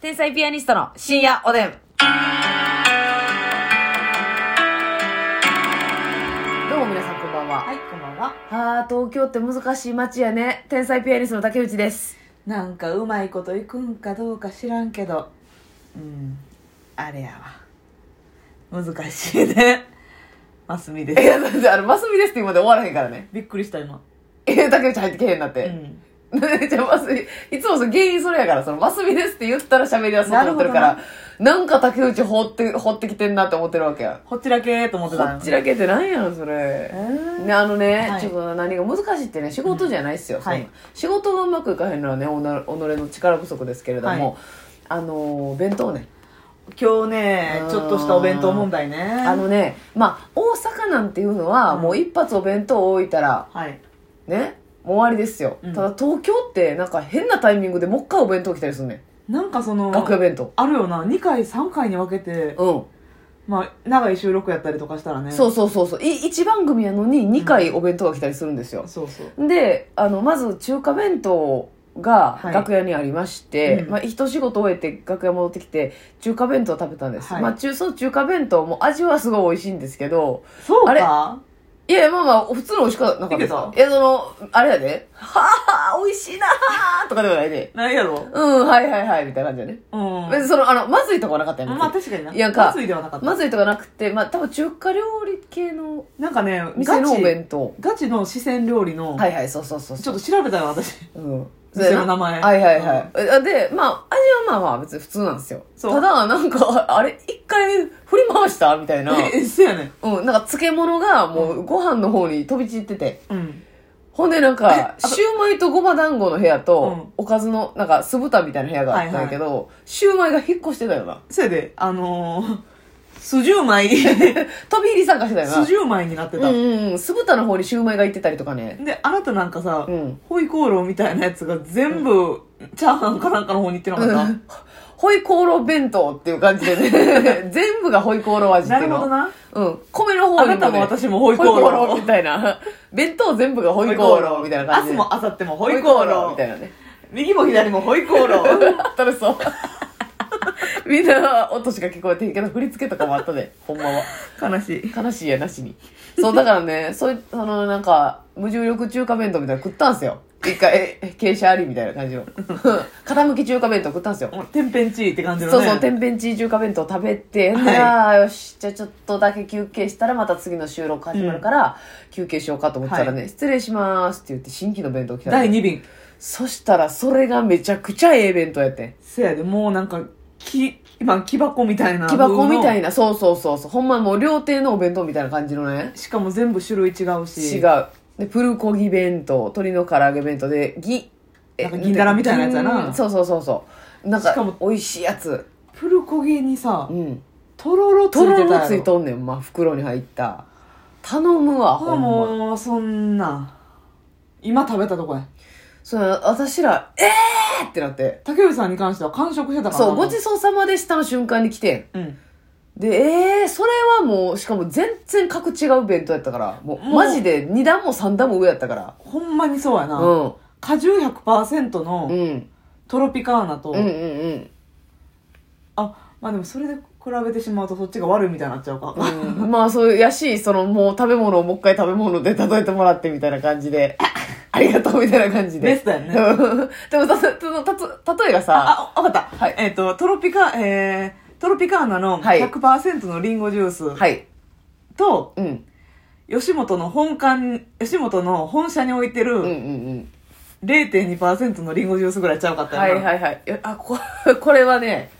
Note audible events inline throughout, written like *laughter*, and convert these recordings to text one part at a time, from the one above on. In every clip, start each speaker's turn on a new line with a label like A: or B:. A: 天才ピアニストの深夜おでん。どうも皆さんこんばんは。
B: はい、こんばんは。
A: あー、東京って難しい街やね。天才ピアニストの竹内です。
B: なんかうまいこといくんかどうか知らんけど、うん、あれやわ。難しいね。 *laughs* マスミで
A: い
B: す。
A: や、だってあの、マスミですって今まで終わらへんからね。 *laughs*
B: びっくりした今。
A: え、竹内入ってけへんなっ
B: う
A: て。
B: ん。
A: *laughs* じゃあ、マスミ、いつもその原因それやから、その、マスミですって言ったら喋り出そうと思ってるから、
B: な
A: な
B: る
A: んか竹内放って、放ってきてんなって思ってるわけや。
B: こっちだけと思って
A: こ
B: たの
A: っちだけってなんやろ、それ
B: え。ー
A: ね、あのね、
B: はい
A: ちょっと何が難しいってね仕事じゃないっすよ、
B: うんはい
A: その仕事がうまくいかへんのはねおな己の力不足ですけれど
B: は
A: も、
B: い
A: あのー弁当ね
B: 今日ね
A: う、ん
B: ちょっとしたお弁当問題ね。
A: あのねまあ大阪なんていうのは、
B: うん
A: もう一発お弁当置いたら
B: はい。
A: ねもう終わりですよ、
B: うん
A: ただ東京ってなんか変なタイミングでもう一回お弁当来たりするね
B: なんかその、
A: 楽屋弁当
B: あるよな、2回、3回に分けて、
A: うん、
B: まあ、長い収録やったりとかしたらね。
A: そうそうそうそうい1番組やのに2回お弁当が来たりするんですよ、
B: そうそう。
A: であのまず中華弁当が
B: はい
A: 楽屋にありまして、
B: うん
A: まあ、一仕事終えて楽屋戻ってきて中華弁当を食べたんです、
B: はい
A: まあ、中その中華弁当も味はすごい美味しいんですけど
B: そう
A: あれ
B: か
A: いやまあまあ普通の美味しくなかったです
B: いけた
A: いやそのあれやで「はあはあ美味しいなあ」とかではないで
B: なんや
A: 「
B: ろ
A: うんはいはいはい」みたいな感じだね、
B: うん。
A: 別にそのあのまずいとこはなかったよね、
B: まあ確かにな。
A: いやんか
B: まずいではなかった。
A: まずいとかなくてまあ多分中華料理系の
B: なんかね、
A: 店のお
B: ガチ
A: 弁当
B: ガチの四川料理の、
A: はいはいそうそうそうそう
B: ちょっと調べたよ、私。
A: うん。
B: 店の名前
A: はいはいはい。えで、まあ、味はまあまあ別に普通なんですよ。
B: そう
A: ただ、なんか、ああれ、一回振り回したみたいな。
B: え、え *laughs* そうやねん。
A: うん、なんか漬物がも
B: う
A: うご飯の方に飛び散ってて。
B: うん。
A: ほんでなんか、
B: えあ
A: シューマイとごま団子の部
B: う
A: 屋
B: ん
A: と、おかずの、なんか酢豚みたいな部屋があったんやけど、シューマイが引っ越してたよな。
B: せやで、あのー、酢十枚、 *laughs*
A: 飛び入り参加してたよ
B: 酢
A: な。
B: 十枚になってた。
A: うんうんうん。酢豚の方にシューマイが行ってたりとかね。
B: で、あなたなんかさ、
A: うん
B: ホイコーローみたいなやつが全部、チャーハンかなんかの方に行ってなかった、
A: うん *laughs* ホイコーロー弁当っていう感じでね。 *laughs* 全部がホイコーロー味って
B: *laughs* な
A: いう
B: る
A: の。
B: ほどな。
A: うん。米の方
B: あ
A: にも、ね、
B: なたも私もホイ
A: ホイコ
B: コ
A: ー
B: ー
A: ロ
B: ロ
A: ー
B: ー。
A: みたいな。弁当全部がホイコーローみたいな感じで。
B: 明日も明後日もホイコーロー。
A: みたいなね。
B: 右も左もホイコーロー。
A: 楽しそう。みんな音しか聞こえてへんけど、振り付けとかもあったで、
B: *laughs*
A: ほんまは。
B: 悲しい。
A: *laughs* 悲しいやなしに。そう、だからね、そういそのなんか、無重力中華弁当みたいなの食ったんすよ。一回、え傾斜ありみたいな感じ
B: *laughs*
A: の。傾き中華弁当食ったんすよ。
B: もう天変地異って感じのね。
A: そうそう、天変地異中華弁当食べて、
B: はい
A: でああ、よし、じゃあちょっとだけ休憩したらまた次の収録始まるから、休憩しようかと思ってたらね、失礼しますって言って新規の弁当来た
B: 第
A: の
B: 2便。
A: そしたら、それがめちゃくちゃええ弁当やってん。
B: せやで、もうなんか、木、今、木箱みたいな。
A: 木箱みたい
B: な。
A: な、そうそうそうそう、ほんまもう料亭のお弁当みたいな感じのね、
B: しかも全部種類違うし。
A: 違う。で、プルコギ弁当、鶏の唐揚げ弁当で、ぎ、え
B: なんか銀だらみたいなやつやな
A: うんそうそうそうそう。なんか
B: しかも、
A: 美味しいやつ。
B: プルコギにさ
A: う、ん。
B: とろろつ
A: と
B: い
A: ろ
B: てたや
A: ろ
B: ろ
A: ついとんねん、まあ、袋に入った。頼むわ、ほ
B: ほ
A: んま。
B: もうそんな今食べたとこや
A: そう私ら、えーってなって。
B: 竹内さんに関しては完食してたから
A: そう、ごちそうさまでしたの瞬間に来て
B: う
A: ん。
B: ん
A: で、えー、それはもう、しかも全然格違う弁当やったから、もう、
B: もう
A: マジで2段も3段も上やったから。
B: ほんまにそうやな、
A: うん。
B: 果汁100%
A: うん。う
B: の
A: ん
B: トロピカーナと、
A: うんうん。
B: あまあでもそれで比べてしまうとそっちが悪いみたいになっちゃうか、
A: うん、 *laughs* まあそういうやしそのもう食べ物をもう一回食べ物で例えてもらってみたいな感じ *laughs* でありがとうみたいな感じで
B: でしたよね
A: うん *laughs* でもたそのたと例えがさ
B: ああ分かった、
A: はい
B: えっ、とトロピカえートロピカーナの
A: はい
B: 100%のリンゴジュース
A: はい
B: と、
A: うん
B: 吉本の本館、吉本の本社に置いて
A: うんう
B: る
A: んうん
B: 0.2%のリンゴジュースぐらいちゃうかったよ
A: はいはいはいいやあこ *laughs* これはね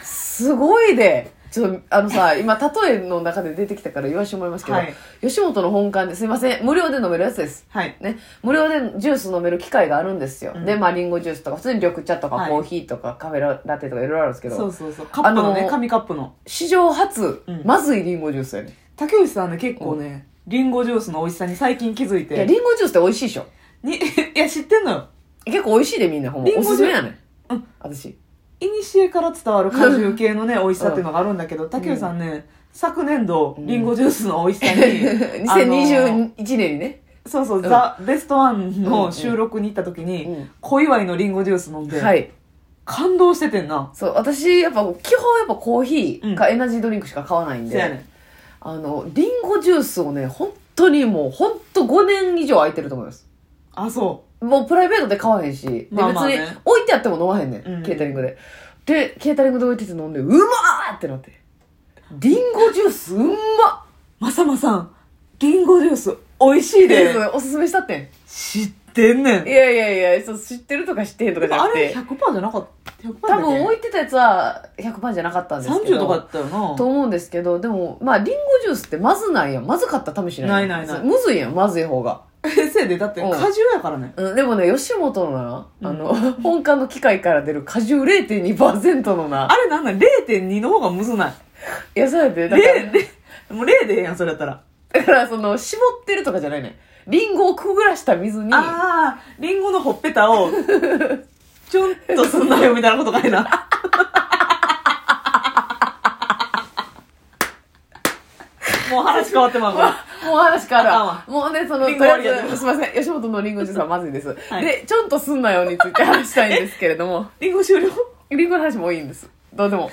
A: すごいでちょっとあの *laughs* さ今例えの中で出てきたから言わせてもらいますけど、
B: はい
A: 吉本の本館ですいません無料で飲めるやつです
B: はい。
A: ね、無料でジュース飲める機会があるんですよ、
B: うん
A: でまあリンゴジュースとか普通に緑茶とか
B: はい
A: コーヒーとかカフェラテとかいろいろあるんですけど、
B: そうそうそう。カップの
A: あの
B: ね
A: ー、
B: 紙カップの。
A: 史上初、
B: うん
A: まずいリンゴジュースやね、
B: 竹内さんね結構ね、リンゴジュースの美味しさに最近気づい
A: いや
B: て
A: リンゴジュースって美味しいでしょ
B: に *laughs* いや知ってんのよ
A: 結構美味しいでみんなほんま
B: リンゴ
A: お
B: ジュース
A: すすめやねん、
B: うん
A: 私
B: いにしえから伝わる果汁系のね美味しさっていうのがあるんだけど竹内さんね昨年度リンゴジュースの美味
A: *laughs*
B: しさに、あの
A: 2021年にね、
B: そうそう「
A: ん
B: ザ・ベストワン
A: うん
B: の収録に行った時に、
A: うん
B: 小祝のリンゴジュース飲んで、
A: はい
B: 感動しててんな
A: そう、私、やっぱ、基本やっぱコーヒーかエナジードリンクしか買わないん
B: せ
A: で、
B: やねん
A: あの、リンゴジュースをね、本当にもう、本当5年以上空いてると思います。
B: あそ
A: もうプライベートで買わへんし、で
B: まあまあね
A: 別に置いてあっても飲まへんねん、
B: うん
A: ケータリングで。で、ケータリングで置いてて飲んで、うまーってなって。リンゴジュースうまっ
B: うまさまさんリンゴジュース美味しい
A: で *laughs*
B: で
A: それおすすめしたってん。
B: 知ってんねん
A: いやいやいや、そう知ってるとか知ってへんとかじゃな
B: あ
A: く
B: れ
A: て。
B: 100%じゃなかった100%
A: 多分
B: 多
A: 置
B: い
A: いてたやつは100%じゃなかったんですけ
B: 30
A: ど。
B: とかだったよな
A: と思うんですけど、でも、まあ、リンゴジュースってまずないやん。まずかったら試しないやん。
B: ないないない
A: そうむずいやん、まずい方が。
B: えせやでだって
A: うん
B: 果汁やからね
A: うん、でもね、吉本のな、あの、
B: う
A: 本館の機械から出る果汁0.2%のな、
B: あれなんなん0.2の方がむずない
A: 野菜で、だから、
B: 0でもう0でええやんそれやったら
A: だからその、絞ってるとかじゃないね。リンゴをくぐらした水に、
B: ああリンゴのほっぺたをちょんとすんなよみたいなこと *laughs* かいなもう話変わってまうから
A: もう話変
B: ああん
A: わ
B: わ
A: るわ。もうね、その、と
B: リン
A: り
B: ゴ
A: あ
B: 割りや
A: えず、すいません、吉本のリンゴジ
B: *laughs*
A: ュースはまずいです。
B: はい
A: で、ちょんとすんなよについて話したいんですけれ
B: *laughs*
A: ども、
B: *laughs* リンゴ終了
A: リンゴの話もういいんです。ど
B: *laughs*
A: うでも。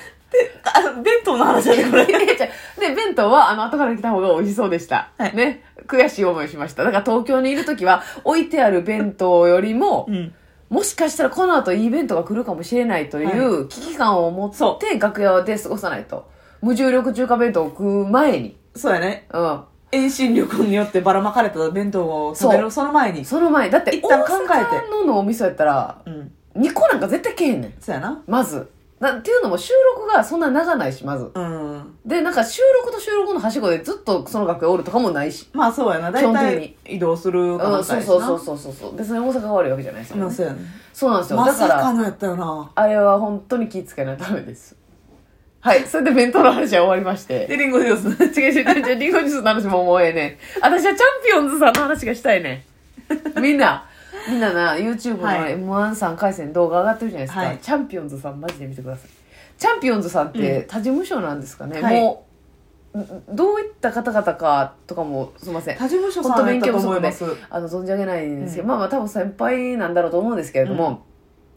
B: あ弁当の話やでこれ
A: いやいや違うで、弁当は、あの、後から来た方が美味しそうでした。
B: はい
A: ね。悔しい思いをしました。だから東京にいるときは、置いてある弁当よりも、
B: うん
A: もしかしたらこの後いい弁当が来るかもしれないという危機感を持
B: そ
A: って楽屋で過ごさないと。無重力中華弁当を食う前に。
B: そうやね
A: うん。
B: 遠心力によってばらまかれた弁当を食べるその前に
A: その前に、だって
B: 一旦考えて
A: 大阪のお味噌やったら、
B: うん
A: 2個なんか絶対けえへんねん。
B: そうやな
A: まず。なっていうのも収録がそんな長ないし、まず。
B: うん
A: で、なんか収録と収録のはしごでずっとその楽屋おるとかもないし。
B: まあそうやな
A: 基
B: 大
A: 本的に
B: 体移動するか
A: う、
B: なんんか
A: そう
B: やし
A: そう
B: な
A: そうそうそうそう別に大阪が悪いわけじゃないです
B: ま
A: よ、
B: あ
A: ね、
B: そうやね
A: そうなんですよ
B: ま
A: だ
B: さ
A: か
B: からのやったよな
A: あれは本当に気ぃつけないとダメですはいそれで弁当の話は終わりまして
B: でリンゴジュース
A: 違う違う違う違うリンゴジュースの話ももうええねん私はチャンピオンズさんの話がしたいねんみんなみんなな YouTube の
B: はい
A: m 1 3回戦動画上がってるじゃないですか、
B: はい
A: チャンピオンズさんマジで見てくださいチャンピオンズさんって他事務所なんですかね、
B: はい
A: もうんどういった方々かとかもすいません
B: 他事務所さんやったと思います
A: あの存じ上げないんですけど、
B: うん
A: まあまあ多分先輩なんだろうと思うんですけれども、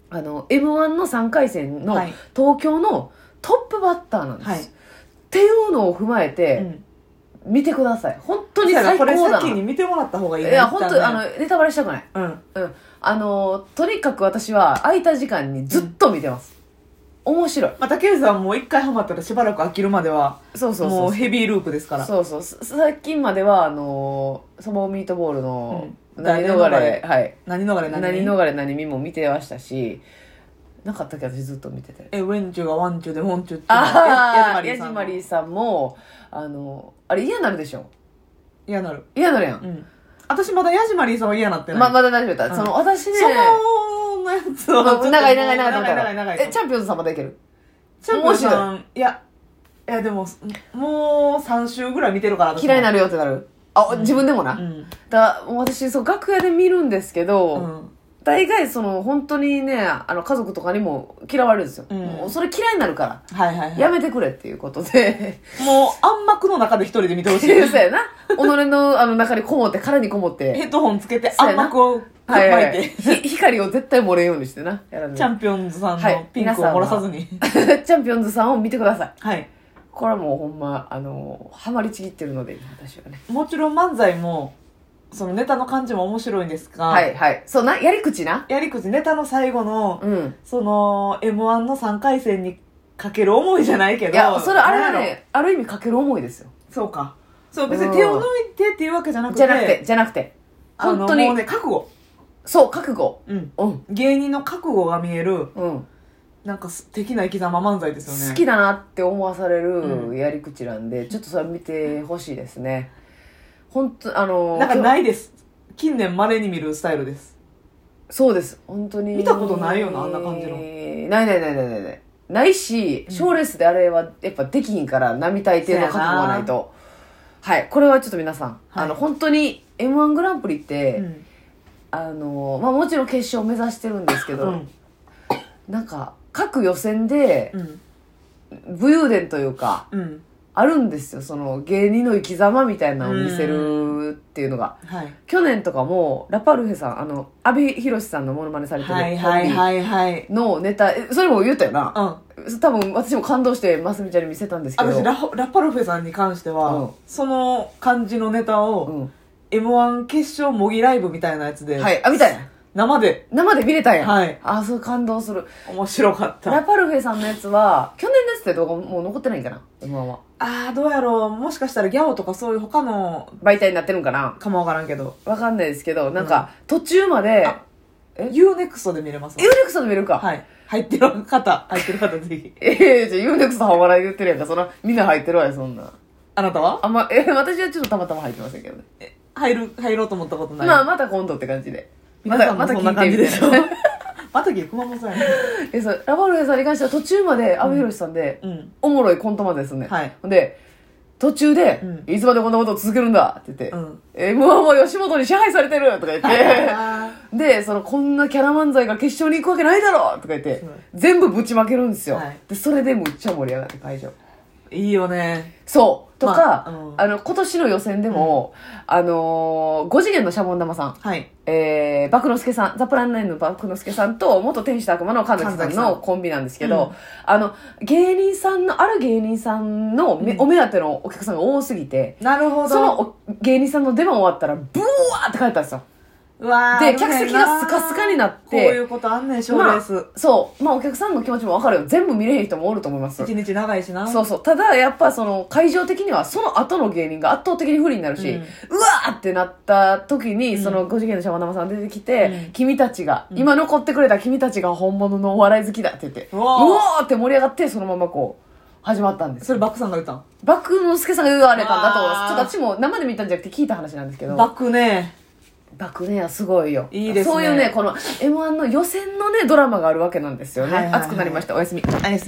A: あの m 1の3回戦の
B: はい
A: 東京のトップバッターなんです、
B: はい
A: っていうのを踏まえて見てください、本当に最
B: こ
A: 高
B: れ
A: だ
B: 先
A: な
B: に
A: い
B: 見てもらった方がいいね
A: や本当
B: 一
A: にあ
B: 旦
A: の
B: ね
A: ネタバレしたくない
B: うん
A: うんあのとにかく私は空いた時間にずっと見てます、面白い
B: まあ竹内さんも一回ハマったらしばらく飽きるまでは
A: そうそうそ
B: もう
A: う
B: ヘビーループですから
A: そうそうさ最近まではあのそばミートボールの
B: うん
A: 何逃れ、はい
B: 何逃れ
A: 何
B: 何
A: 逃れ何見も見てましたしなかったっけ私ずっと見てて
B: えウェンチュがワンチュでモンチュっていうの
A: ああ
B: や
A: ーヤ
B: じ
A: ジ
B: ま
A: マ
B: り
A: リ
B: ー
A: ーさんもあのあれ嫌なるでしょ
B: 嫌なる
A: 嫌なるやん、
B: うん私まだヤジマリーさんは嫌なってない
A: ままだ大丈夫だった、
B: うん
A: その私ね
B: そののやつはちょっと
A: 長い長い長い長いと思ったら
B: 長い長い
A: えチャンピオンズさんまだいける
B: チャンピオンさんいやいやでももう3週ぐらい見てるから私も
A: 嫌いになるよってなるあ、
B: うん
A: 自分でもな、
B: うん
A: だからもう私そう楽屋で見るんですけど、
B: うん
A: 大概その本当にねあの家族とかにも嫌われるんですよ、
B: うん
A: もうそれ嫌いになるから
B: はいはいはい
A: やめてくれっていうことで
B: もう暗幕の中で一人で見て
A: *laughs*
B: ほしい
A: 先生な己のあの中にこもって殻にこもって
B: ヘッドホンつけて
A: そうや
B: 暗
A: な
B: 幕を巻い
A: はい
B: て、
A: はいはい、ひ光を絶対漏れんようにしてな。やらない
B: チャンピオンズさん
A: は
B: の
A: い
B: ピンクを
A: 皆さん
B: 漏
A: は
B: らさずに
A: *laughs* チャンピオンズさんを見てください。
B: はい
A: これはもうほんま、あの、ハマりちぎってるので、今私はね。
B: もちろん漫才もそのネタの感じも面白いんですが、
A: はいはい。そうな、やり口な。
B: やり口ネタの最後の、
A: うん。
B: その m 1の3回戦にかける思いじゃないけど
A: いや、それあれ
B: な
A: は
B: んやろ
A: ね、ある意味かける思いですよ。
B: そうかそう別に手を抜いてっていうわけじゃなくて
A: じゃなくて、じゃなくて。
B: あの
A: 本当に
B: もうね覚悟、
A: そう、覚悟。
B: うん、
A: うん。
B: 芸人の覚悟が見える
A: うん。
B: なんか素敵な生き様漫才ですよね
A: 好きだなって思わされ
B: う
A: る
B: ん
A: やり口なんで、ちょっとそれ見てほしいですね。本当あの、
B: なんか
A: 今日
B: ないです近年まれに見るスタイルです
A: そうです本当に
B: 見たことないよなあんな感じの
A: ないないないないないないないし
B: うん
A: 賞、レースであれはやっぱできひんから並大抵の覚悟がないとはいこれはちょっと皆さん、
B: はい
A: あの本当に m 1グランプリって、
B: うん
A: あのまあ、もちろん決勝目指してるんですけ
B: う
A: ど、
B: ん
A: なんか各予選で
B: うん
A: 武勇伝というか
B: うん
A: あるんですよその芸人の生き様みたいなのを見せるっていうのが
B: はい
A: 去年とかもラパルフェさんあの阿部寛さんのモノマネされてる
B: はいはい
A: コン
B: はいはい
A: ビのネタえそれも言ったよな
B: うん
A: 多分私も感動してますみちゃんに見せたんですけど
B: 私ラホラパルフェさんに関しては、
A: うん
B: その感じのネタ
A: う
B: を、
A: ん
B: m 1決勝模擬ライブみたいなやつで、
A: はいあみたいな
B: 生で
A: 生で見れたんや
B: はい
A: あそう感動する
B: 面白かっ
A: ラ
B: た
A: パルフェさんのやつは去年のやつって動画もう残ってないんかな今は
B: ああどうやろうもしかしたらギャオとかそういう他の
A: 媒体になってるんかな
B: かもわからんけど
A: わかんないですけどなんか途中まで、
B: あユーネクストで見れます
A: ユーネクストで見れるか、
B: はい入ってる方入ってる方ぜひ
A: ええじゃあユーネクストはお笑い言ってるやんかそんなみんな入ってるわよそんな
B: あなたは
A: あんまえ私はちょっとたまたま入ってませんけどね
B: 入る入ろうと思ったことない
A: まあまた今度って感じでま
B: 皆さ
A: た
B: んも
A: また
B: そんな
A: 聞
B: 感
A: い
B: じ
A: てみ
B: で
A: たい
B: しょ
A: な
B: また聞くまもさんやね
A: *laughs* えそうラパルフェさんに関しては途中まで阿部寛さんで、
B: うん
A: おもろいコントまでですね、
B: はい
A: で途中で、
B: う
A: いつまでこんなことを続けるんだ」って言って「
B: うん
A: えもうもう吉本に支配されてる」とか言って
B: あ
A: でそのこんなキャラ漫才が決勝に行くわけないだろうとか言って、
B: そう
A: 全部ぶちまけるんですよ、
B: はい
A: でそれでむっちゃ盛り上がって会場
B: ーいいよね
A: そうとか、
B: まあ
A: あ
B: うん
A: の今年の予選でも、あのー、5次元のシャボン玉さん
B: はい
A: えー、バクノスケさん、ザプランナインのバクノスケさんと、元天使と悪魔の神崎さん
B: 神崎
A: の
B: さん
A: コンビなんですけど、あの、芸人さんの、ある芸人さんのめ、
B: うん
A: お目当てのお客さんが多すぎて、
B: なるほど
A: そのお芸人さんの出番終わったら、ブワーって帰ったんですよ。
B: うわー
A: で
B: あるねんな
A: 客席がスカスカになって
B: こういうことあんねん賞レース
A: そう。まあ、お客さんの気持ちもわかるよ。全部見れへん人もおると思います。
B: 一日長いしな
A: そうそう。ただ、やっぱその、会場的には、その後の芸人が圧倒的に不利になるし、
B: う
A: うんわーってなった時に、
B: うん
A: その、五次元のシャワナマさん出てきて、
B: うん
A: 君たちが、
B: うん
A: 今残ってくれた君たちが本物のお笑い好きだって言って、
B: う
A: う
B: わ
A: わ
B: ー
A: ーって盛り上がって、そのままこう、始まったんです
B: そ。れバックさんが言ったん
A: バックの助さんが言われたんだと思います。ち
B: う
A: ょっ
B: わー
A: と私も生で見たんじゃなくて聞いた話なんですけど、
B: バックね
A: バックね、すごいよ。
B: いいですね
A: そういうね、この M1 の予選のね、ドラマがあるわけなんですよね。
B: はいはいはい
A: 熱くなりました。おやすみ。
B: あれです